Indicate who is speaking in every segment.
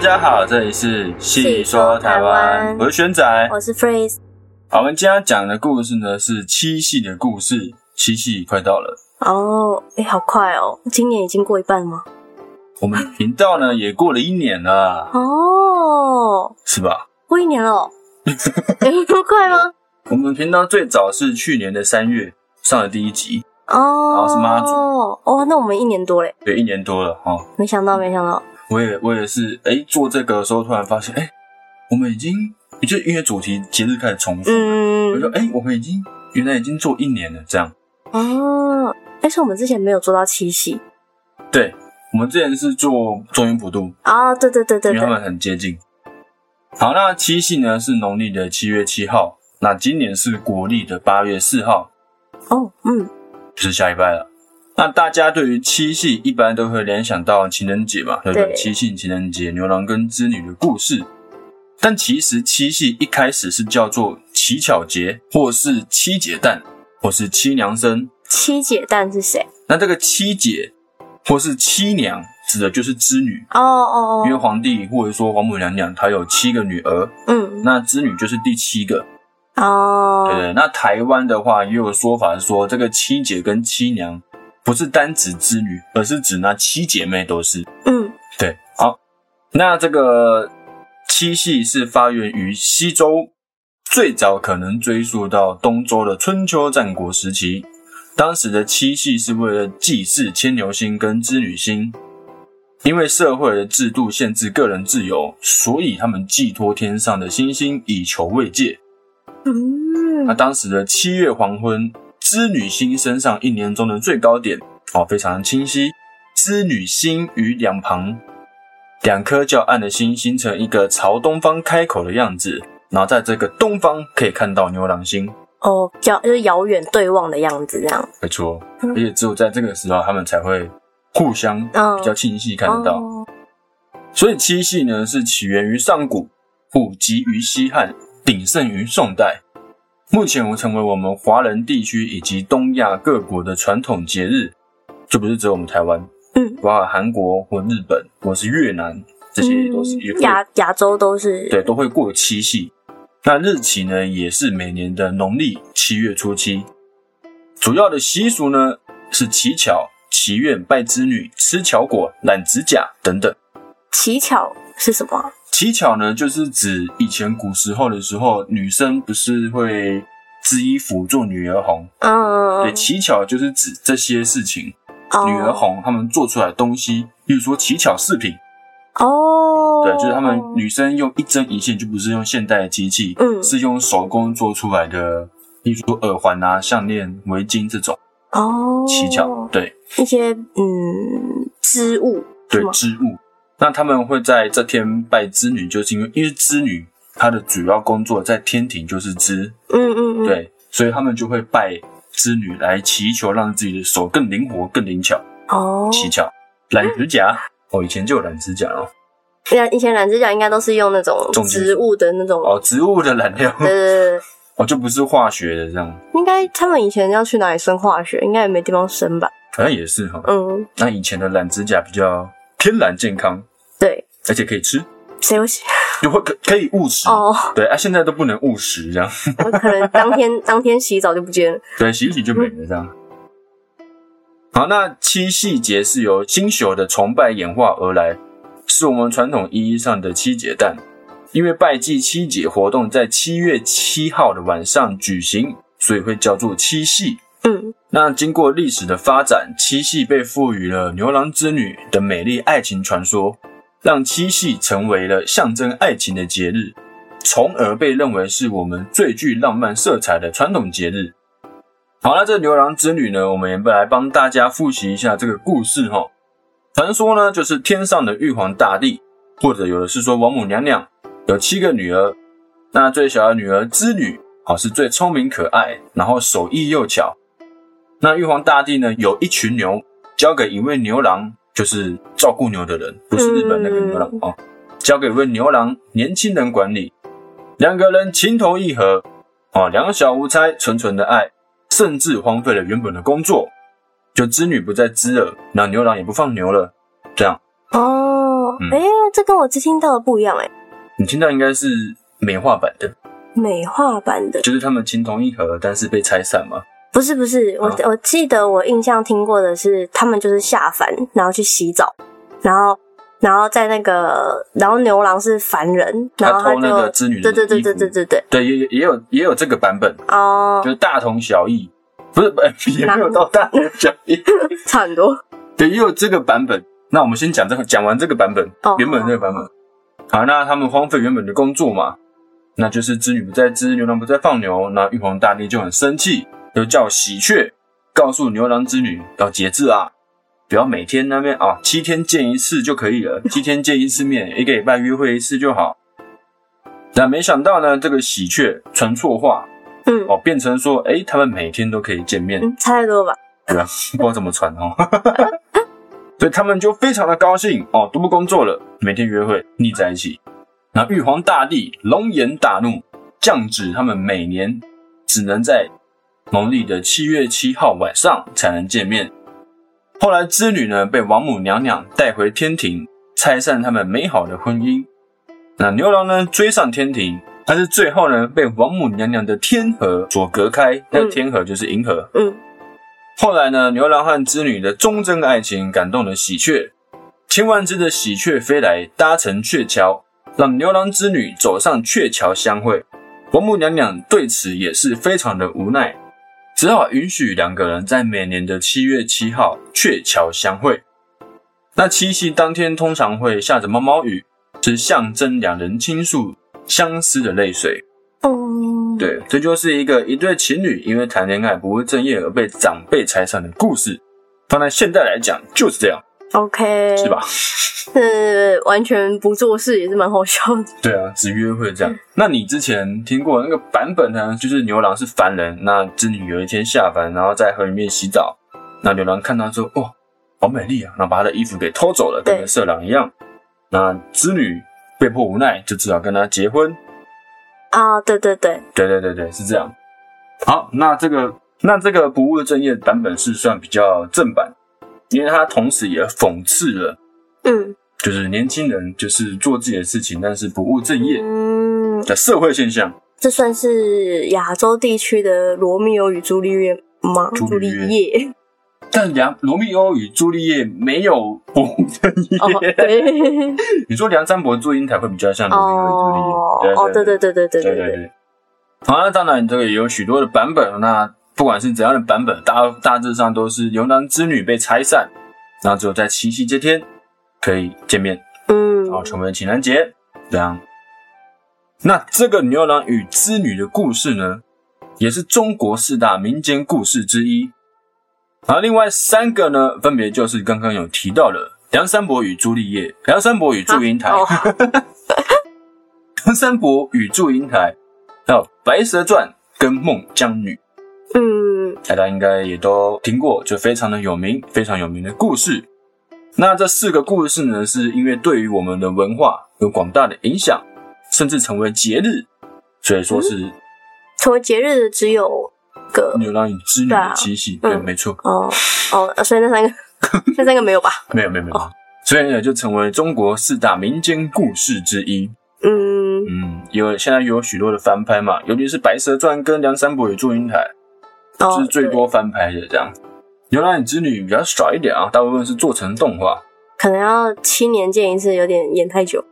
Speaker 1: 家好，这里是细说台湾，我是轩仔。
Speaker 2: 我是 Freeze，
Speaker 1: 好，我们今天要讲的故事呢是七夕的故事，七夕快到了。
Speaker 2: 哦，哎，好快哦，今年已经过一半了吗？
Speaker 1: 我们频道呢也过了一年了，
Speaker 2: 哦，
Speaker 1: 是吧？
Speaker 2: 过一年了 哦，哎，多快吗？
Speaker 1: 我们频道最早是去年的三月上的第一集，
Speaker 2: 哦，
Speaker 1: 然后是妈祖
Speaker 2: 哦，那我们一年多嘞，
Speaker 1: 对，一年多了哈、哦。
Speaker 2: 没想到，没想到，
Speaker 1: 我也我也是，哎，做这个的时候突然发现，哎，我们已经就因为主题节日开始重复，我就
Speaker 2: 嗯
Speaker 1: 说，，哎，我们已经原来已经做一年了，这样。
Speaker 2: 哦，但是我们之前没有做到七夕
Speaker 1: 对，我们之前是做中原普渡，
Speaker 2: 啊，对对对对
Speaker 1: 因为他
Speaker 2: 对，
Speaker 1: 们很接近。好，那七夕呢是农历的七月七号，那今年是国历的八月四号，
Speaker 2: 哦，嗯，
Speaker 1: 就是下礼拜了。那大家对于七夕一般都会联想到情人节嘛，对不对？
Speaker 2: 对
Speaker 1: 七夕情人节，牛郎跟织女的故事。但其实七夕一开始是叫做乞巧节，或是七姐诞，或是七娘生。
Speaker 2: 七姐蛋是谁？
Speaker 1: 那这个七姐或是七娘，指的就是织女，
Speaker 2: 哦哦
Speaker 1: 因为
Speaker 2: 哦，
Speaker 1: 皇帝或者说王母娘娘她有七个女儿，
Speaker 2: 嗯，
Speaker 1: 那织女就是第七个，对不
Speaker 2: 哦，
Speaker 1: 对？那台湾的话也有说法是说，这个七姐跟七娘不是单指织女，而是指那七姐妹都是。
Speaker 2: 嗯，
Speaker 1: 对，好，那这个七系是发源于西周，最早可能追溯到东周的春秋战国时期。当时的七系是为了祭祀牵牛星跟织女星，因为社会的制度限制个人自由，所以他们寄托天上的星星以求慰藉。那
Speaker 2: 嗯，
Speaker 1: 当时的七月黄昏，织女星升上一年中的最高点，哦，非常清晰。织女星与两旁两颗较暗的星形成一个朝东方开口的样子，然后在这个东方可以看到牛郎星。
Speaker 2: 哦，遥就是遥远对望的样子，这样，
Speaker 1: 没错，
Speaker 2: 嗯
Speaker 1: 而且只有在这个时候，他们才会互相
Speaker 2: 嗯
Speaker 1: 比较清晰看得到。
Speaker 2: 哦
Speaker 1: 所以七系呢是起源于上古，普及于西汉，鼎盛于宋代。目前成为我们华人地区以及东亚各国的传统节日，就不是只有我们台湾，
Speaker 2: 嗯，
Speaker 1: 包括韩国或日本或是越南，这些都是也
Speaker 2: 嗯
Speaker 1: 会
Speaker 2: 亚亚洲都是
Speaker 1: 对都会过七夕。那日期呢也是每年的农历七月初七。主要的习俗呢是乞巧、祈愿、拜织女、吃巧果、染指甲等等。
Speaker 2: 乞巧是什么啊？
Speaker 1: 乞巧呢，就是指以前古时候的时候，女生不是会织衣服做女儿红？
Speaker 2: 嗯，
Speaker 1: 对，乞巧就是指这些事情，
Speaker 2: 哦
Speaker 1: 女儿红她们做出来的东西，例如说乞巧饰品，
Speaker 2: 哦，
Speaker 1: 对，就是她们女生用一针一线，就不是用现代的机器，
Speaker 2: 嗯
Speaker 1: 是用手工做出来的，例如说耳环啊、项链、围巾这种
Speaker 2: 哦
Speaker 1: 乞巧，对
Speaker 2: 一些嗯织物
Speaker 1: 对
Speaker 2: 是吗，
Speaker 1: 织物。那他们会在这天拜织女，就是因为因为织女她的主要工作在天庭就是织，
Speaker 2: 嗯嗯嗯，，
Speaker 1: 对，所以他们就会拜织女来祈求，让自己的手更灵活、更灵巧。
Speaker 2: 哦，
Speaker 1: 乞巧，染指甲，哦，以前就有染指甲哦。
Speaker 2: 那以前染指甲应该都是用那种
Speaker 1: 重金属
Speaker 2: 植物的那种，
Speaker 1: 哦，植物的染料，
Speaker 2: 对对对，
Speaker 1: 哦，就不是化学的这样，
Speaker 2: 应该他们以前要去哪里生化学，应该也没地方生吧？
Speaker 1: 好像也是哈、
Speaker 2: 嗯，
Speaker 1: 那以前的染指甲比较天然健康，
Speaker 2: 对，
Speaker 1: 而且可以吃，
Speaker 2: 谁会写
Speaker 1: 就会可可以误食。
Speaker 2: 哦？
Speaker 1: 对啊，现在都不能误食这样，
Speaker 2: 我可能当天 当天洗澡就不见了。
Speaker 1: 对，洗一洗就没了这样。好，那七夕节是由星宿的崇拜演化而来，是我们传统意义上的七节诞。因为拜祭七节活动在七月七号的晚上举行，所以会叫做七夕。
Speaker 2: 嗯，
Speaker 1: 那经过历史的发展，七夕被赋予了牛郎织女的美丽爱情传说，让七夕成为了象征爱情的节日，从而被认为是我们最具浪漫色彩的传统节日。好，那这牛郎织女呢，我们也来帮大家复习一下这个故事哈。传说呢，就是天上的玉皇大帝，或者有的是说王母娘娘，有七个女儿。那最小的女儿织女，好是最聪明可爱，然后手艺又巧。那玉皇大帝呢，有一群牛，交给一位牛郎，就是照顾牛的人，不是日本那个牛郎、哦，交给一位牛郎年轻人管理。两个人情投意合，哦，两小无猜，纯纯的爱，甚至荒废了原本的工作。就织女不再织了，那牛郎也不放牛了，这样
Speaker 2: 哦，
Speaker 1: 嗯
Speaker 2: 哎、这跟我之前听到的不一样哎、
Speaker 1: 你听到应该是美化版的，
Speaker 2: 美化版的
Speaker 1: 就是他们情同一合，但是被拆散嘛。
Speaker 2: 不是不是，我、
Speaker 1: 啊
Speaker 2: 我记得我印象听过的是，他们就是下凡，然后去洗澡，然后然后在那个，然后牛郎是凡人，然后
Speaker 1: 他偷
Speaker 2: 就
Speaker 1: 那个织女的
Speaker 2: 对对对
Speaker 1: 衣服
Speaker 2: 对对对对，
Speaker 1: 对，也也有也有这个版本，
Speaker 2: 哦
Speaker 1: 就，是大同小异，不是呃也没有到大同小异，
Speaker 2: 差很多
Speaker 1: 对，也有这个版本。那我们先讲这个，讲完这个版本，
Speaker 2: 哦，
Speaker 1: 原本这个版本。好，那他们荒废原本的工作嘛，那就是织女不再织，牛郎不再放牛。那玉皇大帝就很生气，就叫喜鹊告诉牛郎织女要节制啊，不要每天那边啊，七天见一次就可以了，七天见一次面，一个礼拜约会一次就好。那没想到呢，这个喜鹊传错话
Speaker 2: 嗯
Speaker 1: 哦，变成说，哎、他们每天都可以见面，
Speaker 2: 嗯，差太多吧，
Speaker 1: 对啊，不知道怎么传 哦。所以他们就非常的高兴哦，都不工作了，每天约会腻在一起。那玉皇大帝龙颜大怒，降旨他们每年只能在农历的七月七号晚上才能见面。后来织女呢被王母娘娘带回天庭，拆散他们美好的婚姻。那牛郎呢追上天庭，但是最后呢被王母娘娘的天河所隔开。那个
Speaker 2: 嗯
Speaker 1: 天河就是银河，
Speaker 2: 嗯，
Speaker 1: 后来呢，牛郎和织女的忠贞爱情感动了喜鹊，千万只的喜鹊飞来搭乘鹊桥，让牛郎织女走上鹊桥相会。王母娘娘对此也是非常的无奈，只好允许两个人在每年的七月七号鹊桥相会。那七夕当天通常会下着毛毛雨，是象征两人倾诉相思的泪水。
Speaker 2: 哦，，
Speaker 1: 对，这就是一个一对情侣因为谈恋爱不务正业而被长辈拆散的故事。放在现代来讲就是这样，
Speaker 2: ，OK，
Speaker 1: 是？吧？
Speaker 2: 是完全不做事也是蛮好笑的，
Speaker 1: 对啊，只约会这样。那你之前听过那个版本呢？就是牛郎是凡人，那织女有一天下凡，然后在河里面洗澡，那牛郎看到说：“哇，好美丽啊！”然后把她的衣服给偷走了，
Speaker 2: 对
Speaker 1: 跟个色狼一样。那织女被迫无奈，就只好跟他结婚。
Speaker 2: 啊，对对对，
Speaker 1: 对对对对，是这样。好，那这个那这个不务正业版本是算比较正版，因为它同时也讽刺了，
Speaker 2: 嗯
Speaker 1: 就是年轻人就是做自己的事情，但是不务正业
Speaker 2: 嗯，
Speaker 1: 的社会现象。
Speaker 2: 这算是亚洲地区的罗密欧与朱丽叶吗？
Speaker 1: 朱丽叶
Speaker 2: 叶，
Speaker 1: 但梁罗密欧与朱丽叶没有不务正业，
Speaker 2: 哦， 对。
Speaker 1: 你说梁山伯祝英台会比较像罗密
Speaker 2: 哦
Speaker 1: 欧与朱丽叶，
Speaker 2: 哦，对对对对对
Speaker 1: 对
Speaker 2: 对
Speaker 1: 对
Speaker 2: 对，
Speaker 1: 对。好，那当然这个也有许多的版本，那不管是怎样的版本，大大致上都是牛郎织女被拆散，然后只有在七夕这天可以见面，
Speaker 2: 嗯
Speaker 1: 然后成为情人节这样。那这个牛郎与织女的故事呢，也是中国四大民间故事之一。然后另外三个呢，分别就是刚刚有提到的梁山伯与朱丽叶、梁山伯与祝英台、
Speaker 2: 啊哦
Speaker 1: 梁山伯与祝英台，还有《呃白蛇传》跟《孟姜女》，
Speaker 2: 嗯
Speaker 1: 大家应该也都听过，就非常的有名，非常有名的故事。那这四个故事呢，是因为对于我们的文化有广大的影响，甚至成为节日，所以说是
Speaker 2: 成为节日的只有个
Speaker 1: 牛郎与织女
Speaker 2: 对
Speaker 1: 的
Speaker 2: 啊
Speaker 1: 七夕。
Speaker 2: 嗯
Speaker 1: 对，没错，
Speaker 2: 哦哦，所以那三个那三个没有吧？
Speaker 1: 没有没有没有，所以呢，就成为中国四大民间故事之一。
Speaker 2: 嗯
Speaker 1: 嗯，有现在有许多的翻拍嘛，尤其是《白蛇传》跟《梁山伯与祝英台》。
Speaker 2: 哦
Speaker 1: 是，最
Speaker 2: 对
Speaker 1: 多翻拍的这样。牛郎与织女比较少一点啊，大部分是做成动画。
Speaker 2: 可能要七年见一次，有点演太久。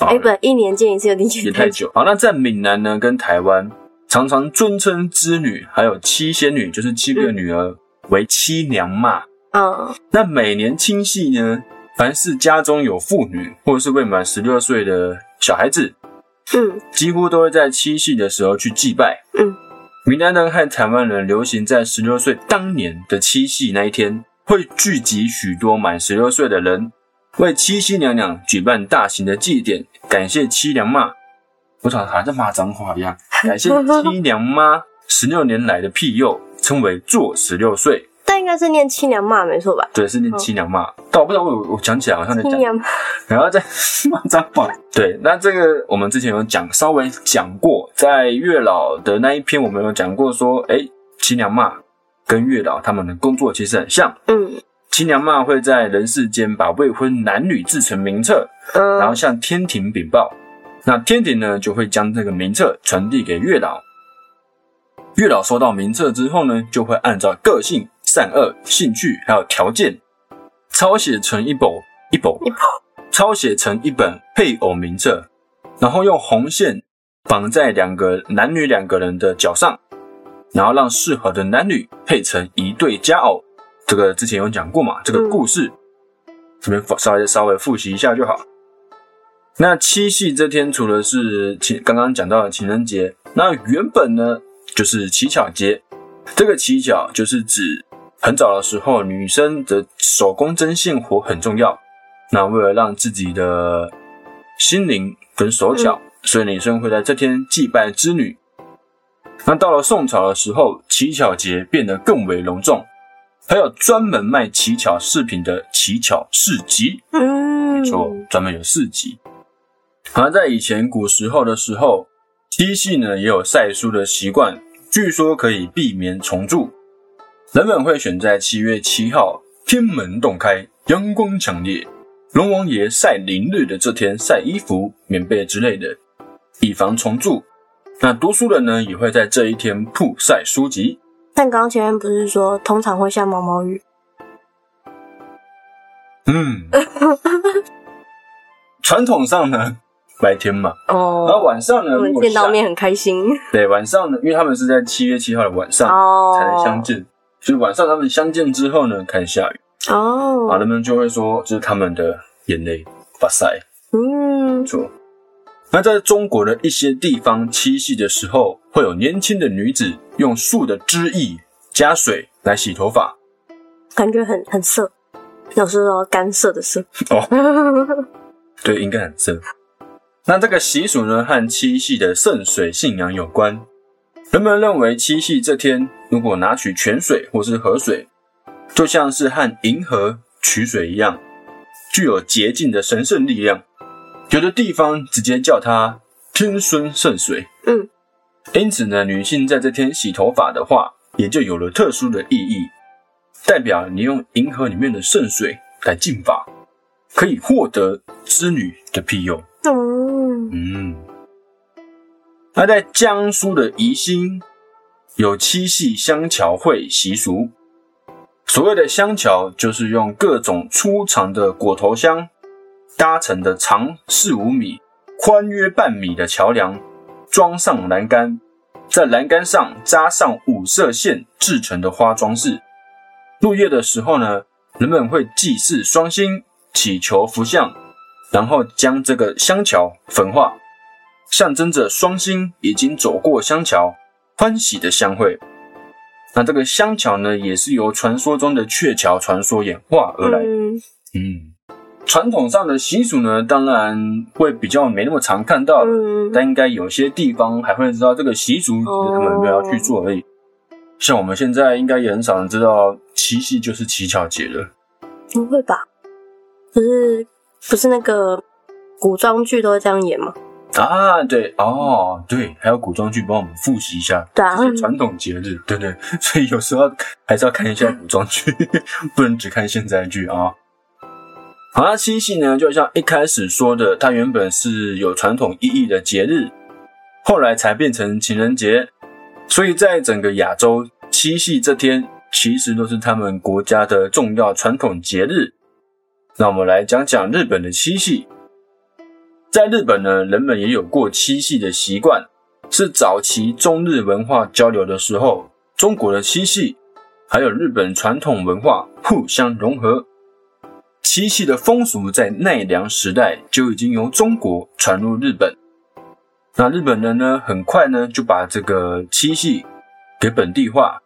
Speaker 1: 啊
Speaker 2: 哎，不，一年见一次有点
Speaker 1: 也
Speaker 2: 演
Speaker 1: 太
Speaker 2: 太久。
Speaker 1: 久。好，那在闽南呢，跟台湾常常尊称织女还有七仙女，就是七个女儿为七娘嘛。
Speaker 2: 嗯
Speaker 1: 那每年七夕呢，凡是家中有妇女或者是未满十六岁的小孩子，
Speaker 2: 嗯
Speaker 1: 几乎都会在七夕的时候去祭拜。
Speaker 2: 嗯，
Speaker 1: 闽南人和台湾人流行在十六岁当年的七夕那一天，会聚集许多满十六岁的人，为七夕娘娘举办大型的祭典，感谢七娘妈。我操，好像在骂脏话一样，感谢七娘妈十六年来的庇佑，称为做十六岁。
Speaker 2: 但应该是念七娘骂没错吧？
Speaker 1: 对，是念七娘妈，但我不知道我我讲起来好像在
Speaker 2: 七
Speaker 1: 讲
Speaker 2: 娘骂，
Speaker 1: 然后再骂脏话。对，那这个我们之前有讲，稍微讲过，在月老的那一篇，我们有讲过说，哎，七娘骂跟月老他们的工作其实很像。
Speaker 2: 嗯
Speaker 1: 新娘妈会在人世间把未婚男女制成名册，
Speaker 2: 嗯，
Speaker 1: 然后向天庭禀报。那天庭呢，就会将这个名册传递给月老。月老收到名册之后呢，就会按照个性、善恶、兴趣还有条件，抄写成一本一本
Speaker 2: 一本
Speaker 1: 抄写成一本配偶名册，然后用红线绑在两个男女两个人的脚上，然后让适合的男女配成一对佳偶。这个之前有讲过嘛，这个故事、这边稍微稍微复习一下就好。那七夕这天除了是情刚刚讲到的情人节，那原本呢就是乞巧节。这个乞巧就是指很早的时候，女生的手工针线活很重要，那为了让自己的心灵跟手巧，所以女生会在这天祭拜织女。那到了宋朝的时候，乞巧节变得更为隆重，还有专门卖乞巧饰品的乞巧市集，
Speaker 2: 嗯，
Speaker 1: 说专门有市集。而在以前古时候的时候，七夕呢也有晒书的习惯，据说可以避免虫蛀。人们会选在七月七号天门洞开，阳光强烈，龙王爷晒凌日的这天晒衣服、棉被之类的，以防虫蛀。那读书人呢也会在这一天曝晒书籍。
Speaker 2: 但刚刚前面不是说通常会下毛毛雨？
Speaker 1: 嗯，传统上呢，白天嘛，然后
Speaker 2: 哦，
Speaker 1: 晚上呢，
Speaker 2: 我
Speaker 1: 呃
Speaker 2: 们
Speaker 1: 如果
Speaker 2: 见到
Speaker 1: 下
Speaker 2: 面很开心
Speaker 1: 对，晚上呢，因为他们是在七月七号的晚上
Speaker 2: 哦，
Speaker 1: 才能相见，所以晚上他们相见之后呢，开始下雨，啊，
Speaker 2: 哦，
Speaker 1: 人们就会说这是他们的眼泪发塞
Speaker 2: 嗯，
Speaker 1: 错。那在中国的一些地方，七夕的时候会有年轻的女子用树的枝叶加水来洗头发，
Speaker 2: 感觉很很涩，有时候干涩的涩。
Speaker 1: 哦对，应该很正。那这个习俗呢，和七夕的圣水信仰有关。人们认为七夕这天，如果拿取泉水或是河水，就像是和银河取水一样，具有洁净的神圣力量。有的地方直接叫它天孙圣水。
Speaker 2: 嗯，
Speaker 1: 因此呢，女性在这天洗头发的话，也就有了特殊的意义，代表你用银河里面的圣水来净发。可以获得织女的庇佑。
Speaker 2: 嗯，
Speaker 1: 嗯，那在江苏的宜兴有七夕香桥会习俗。所谓的香桥，就是用各种粗长的果头香搭成的长四五米、宽约半米的桥梁，装上栏杆，在栏杆上扎上五色线制成的花装饰。入夜的时候呢，人们会祭祀双星，祈求福相，然后将这个香桥焚化，象征着双星已经走过香桥，欢喜的相会。那这个香桥呢，也是由传说中的鹊桥传说演化而来。
Speaker 2: 嗯
Speaker 1: 嗯，传统上的习俗呢，当然会比较没那么常看到了，
Speaker 2: 嗯
Speaker 1: 但应该有些地方还会知道这个习俗，只是他们没有要去做而已。像我们现在应该也很少人知道七夕就是乞巧节了。
Speaker 2: 不会吧？不是不是那个古装剧都会这样演吗？
Speaker 1: 啊，对哦，对，还有古装剧帮我们复习一下
Speaker 2: 对啊
Speaker 1: 这些传统节日，对 对，所以有时候还是要看一下古装剧， 不能只看现代剧啊。好啦，七夕呢，就像一开始说的，它原本是有传统意义的节日，后来才变成情人节，所以在整个亚洲，七夕这天其实都是他们国家的重要传统节日。那我们来讲讲日本的七夕。在日本呢，人们也有过七夕的习惯，是早期中日文化交流的时候，中国的七夕还有日本传统文化互相融合。七夕的风俗在奈良时代就已经由中国传入日本，那日本人呢，很快呢就把这个七夕给本地化。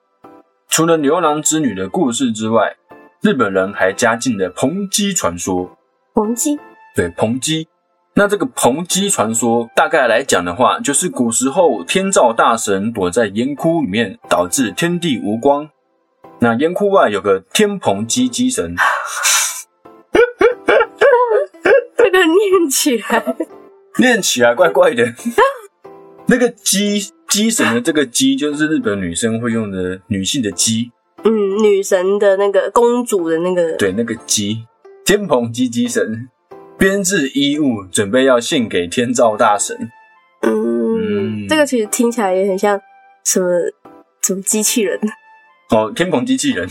Speaker 1: 除了牛郎织女的故事之外，日本人还加进了蓬鸡传说。
Speaker 2: 黄鸡
Speaker 1: 对，蓬鸡。那这个蓬鸡传说，大概来讲的话，就是古时候天照大神躲在岩窟里面，导致天地无光。那岩窟外有个天蓬鸡鸡神，
Speaker 2: 这个念起来，
Speaker 1: 念起来怪怪的。那个鸡鸡神的这个鸡，就是日本女生会用的女性的鸡，
Speaker 2: 嗯，女神的那个公主的那个，
Speaker 1: 对，那个鸡，天蓬鸡鸡神编制衣物，准备要献给天照大神。
Speaker 2: 嗯，
Speaker 1: 嗯
Speaker 2: 这个其实听起来也很像什么什么机器人，
Speaker 1: 哦，天蓬机器人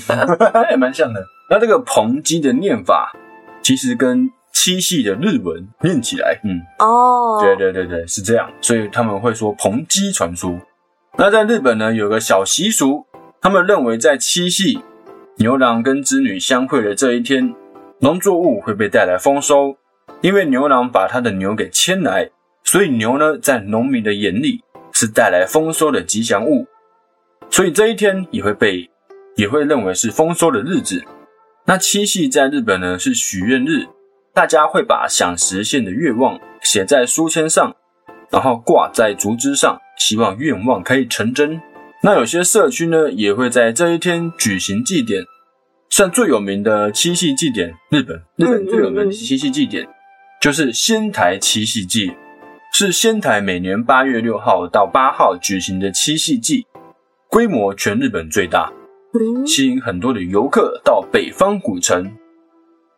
Speaker 1: 也蛮像的。那这个“蓬机”的念法，其实跟七系的日文念起来，嗯，
Speaker 2: 哦，
Speaker 1: 对对对对，是这样，所以他们会说蓬基传说。那在日本呢，有个小习俗，他们认为在七夕，牛郎跟织女相会的这一天，农作物会被带来丰收，因为牛郎把他的牛给牵来，所以牛呢，在农民的眼里是带来丰收的吉祥物，所以这一天也会被也会认为是丰收的日子。那七夕在日本呢是许愿日，大家会把想实现的愿望写在书签上，然后挂在竹枝上，希望愿望可以成真。那有些社区呢，也会在这一天举行祭典，像最有名的七夕祭典，日本日本最有名的七夕祭典、就是仙台七夕祭，是仙台每年八月六号到八号举行的七夕祭，规模全日本最大。
Speaker 2: 嗯，
Speaker 1: 吸引很多的游客到北方古城。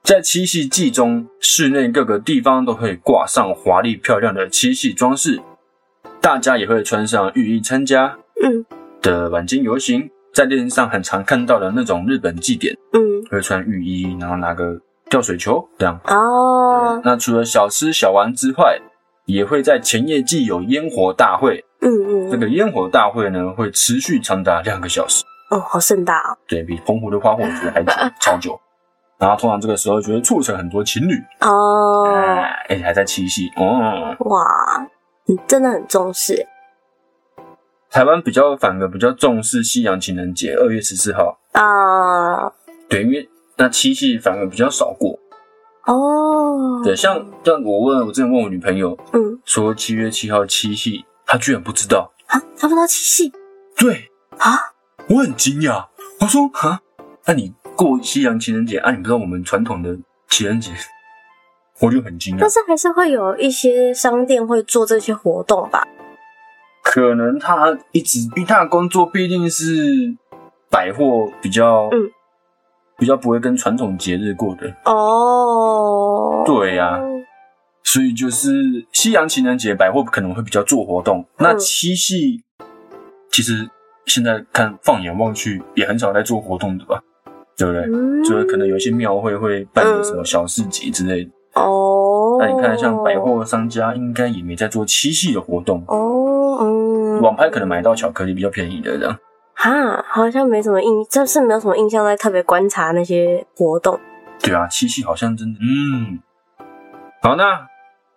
Speaker 1: 在七夕祭中，室内各个地方都会挂上华丽漂亮的七夕装饰，大家也会穿上浴衣参加。
Speaker 2: 嗯，
Speaker 1: 的晚间游行，在电视上很常看到的那种日本祭典，
Speaker 2: 嗯，
Speaker 1: 会穿浴衣，然后拿个吊水球这样。
Speaker 2: 哦，
Speaker 1: 那除了小吃小玩之外，也会在前夜祭有烟火大会。
Speaker 2: 嗯嗯，
Speaker 1: 这个烟火大会呢，会持续长达两个小时。
Speaker 2: 哦，好盛大哦
Speaker 1: 对比澎湖的花火节 还久，超久。然后通常这个时候就会促成很多情侣，哎、
Speaker 2: 哦，
Speaker 1: 而且还在七夕。哦，
Speaker 2: 哇，你真的很重视，
Speaker 1: 台湾比较反而比较重视西洋情人节，二月十四号。
Speaker 2: 啊、
Speaker 1: 对，因为那七夕反而比较少过。
Speaker 2: 哦，
Speaker 1: 对，像像我问我之前问我女朋友
Speaker 2: 嗯，
Speaker 1: 说七月七号七夕，她居然不知道。
Speaker 2: 啊，他们到七夕
Speaker 1: 对
Speaker 2: 啊，
Speaker 1: 我很惊讶，我说哈，那你过西洋情人节啊？你不知道我们传统的情人节， 我就很惊讶
Speaker 2: 但。是还是会有一些商店会做这些活动吧？
Speaker 1: 可能他一直，因为他的工作毕竟是百货比较，
Speaker 2: 嗯，
Speaker 1: 比较不会跟传统节日过的，
Speaker 2: 哦，
Speaker 1: 对呀所以就是西洋情人节百货可能会比较做活动。
Speaker 2: 嗯
Speaker 1: 那七夕其实现在看放眼望去也很少在做活动的吧，对不对？
Speaker 2: 嗯，
Speaker 1: 就是可能有些庙会会办个什么小市集之类的。
Speaker 2: 哦，
Speaker 1: 那你看，像百货商家应该也没在做七夕的活动，
Speaker 2: 哦，嗯，
Speaker 1: 网拍可能买到巧克力比较便宜的这样。
Speaker 2: 哈，好像没什么印，这是没有什么印象在特别观察那些活动。
Speaker 1: 对啊，七夕好像真的，嗯。好，那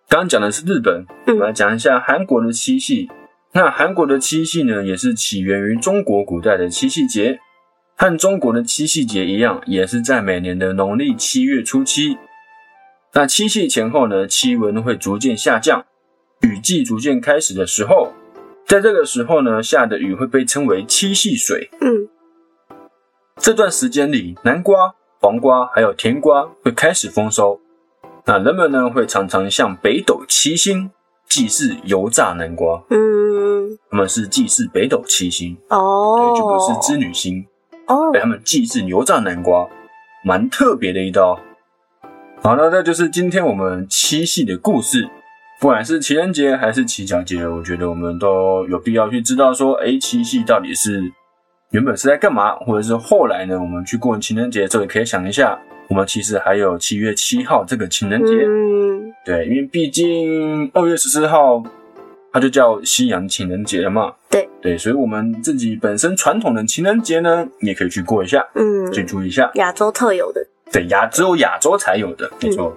Speaker 1: 刚刚讲的是日本，我
Speaker 2: 嗯
Speaker 1: 们来讲一下韩国的七夕。那韩国的七夕呢，也是起源于中国古代的七夕节，和中国的七夕节一样，也是在每年的农历七月初七。那七夕前后呢，气温会逐渐下降，雨季逐渐开始的时候，在这个时候呢，下的雨会被称为七夕水。
Speaker 2: 嗯，
Speaker 1: 这段时间里，南瓜、黄瓜还有甜瓜会开始丰收。那人们呢会常常向北斗七星祭祀油炸南瓜，
Speaker 2: 嗯，
Speaker 1: 他们是祭祀北斗七星，
Speaker 2: 哦，
Speaker 1: 对，就不是织女星，
Speaker 2: 哦
Speaker 1: 被，他们祭祀油炸南瓜，蛮特别的一道。好，那这就是今天我们七夕的故事。不管是情人节还是乞巧节，我觉得我们都有必要去知道说，哎，七夕到底是原本是在干嘛，或者是后来呢，我们去过情人节之后，也可以想一下，我们其实还有七月七号这个情人节，
Speaker 2: 嗯，
Speaker 1: 对，因为毕竟二月十四号它就叫西洋情人节了嘛，
Speaker 2: 对
Speaker 1: 对，所以我们自己本身传统的情人节呢，也可以去过一下，
Speaker 2: 嗯，
Speaker 1: 去注意一下。
Speaker 2: 亚洲特有的，
Speaker 1: 对，亚只有亚洲才有的，没错。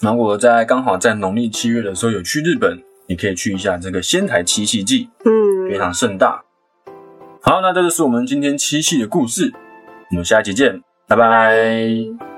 Speaker 1: 然后我在刚好在农历七月的时候有去日本，你可以去一下这个仙台七夕祭，非
Speaker 2: 嗯，
Speaker 1: 常盛大。好，那这就是我们今天七夕的故事，我们下一集见，拜拜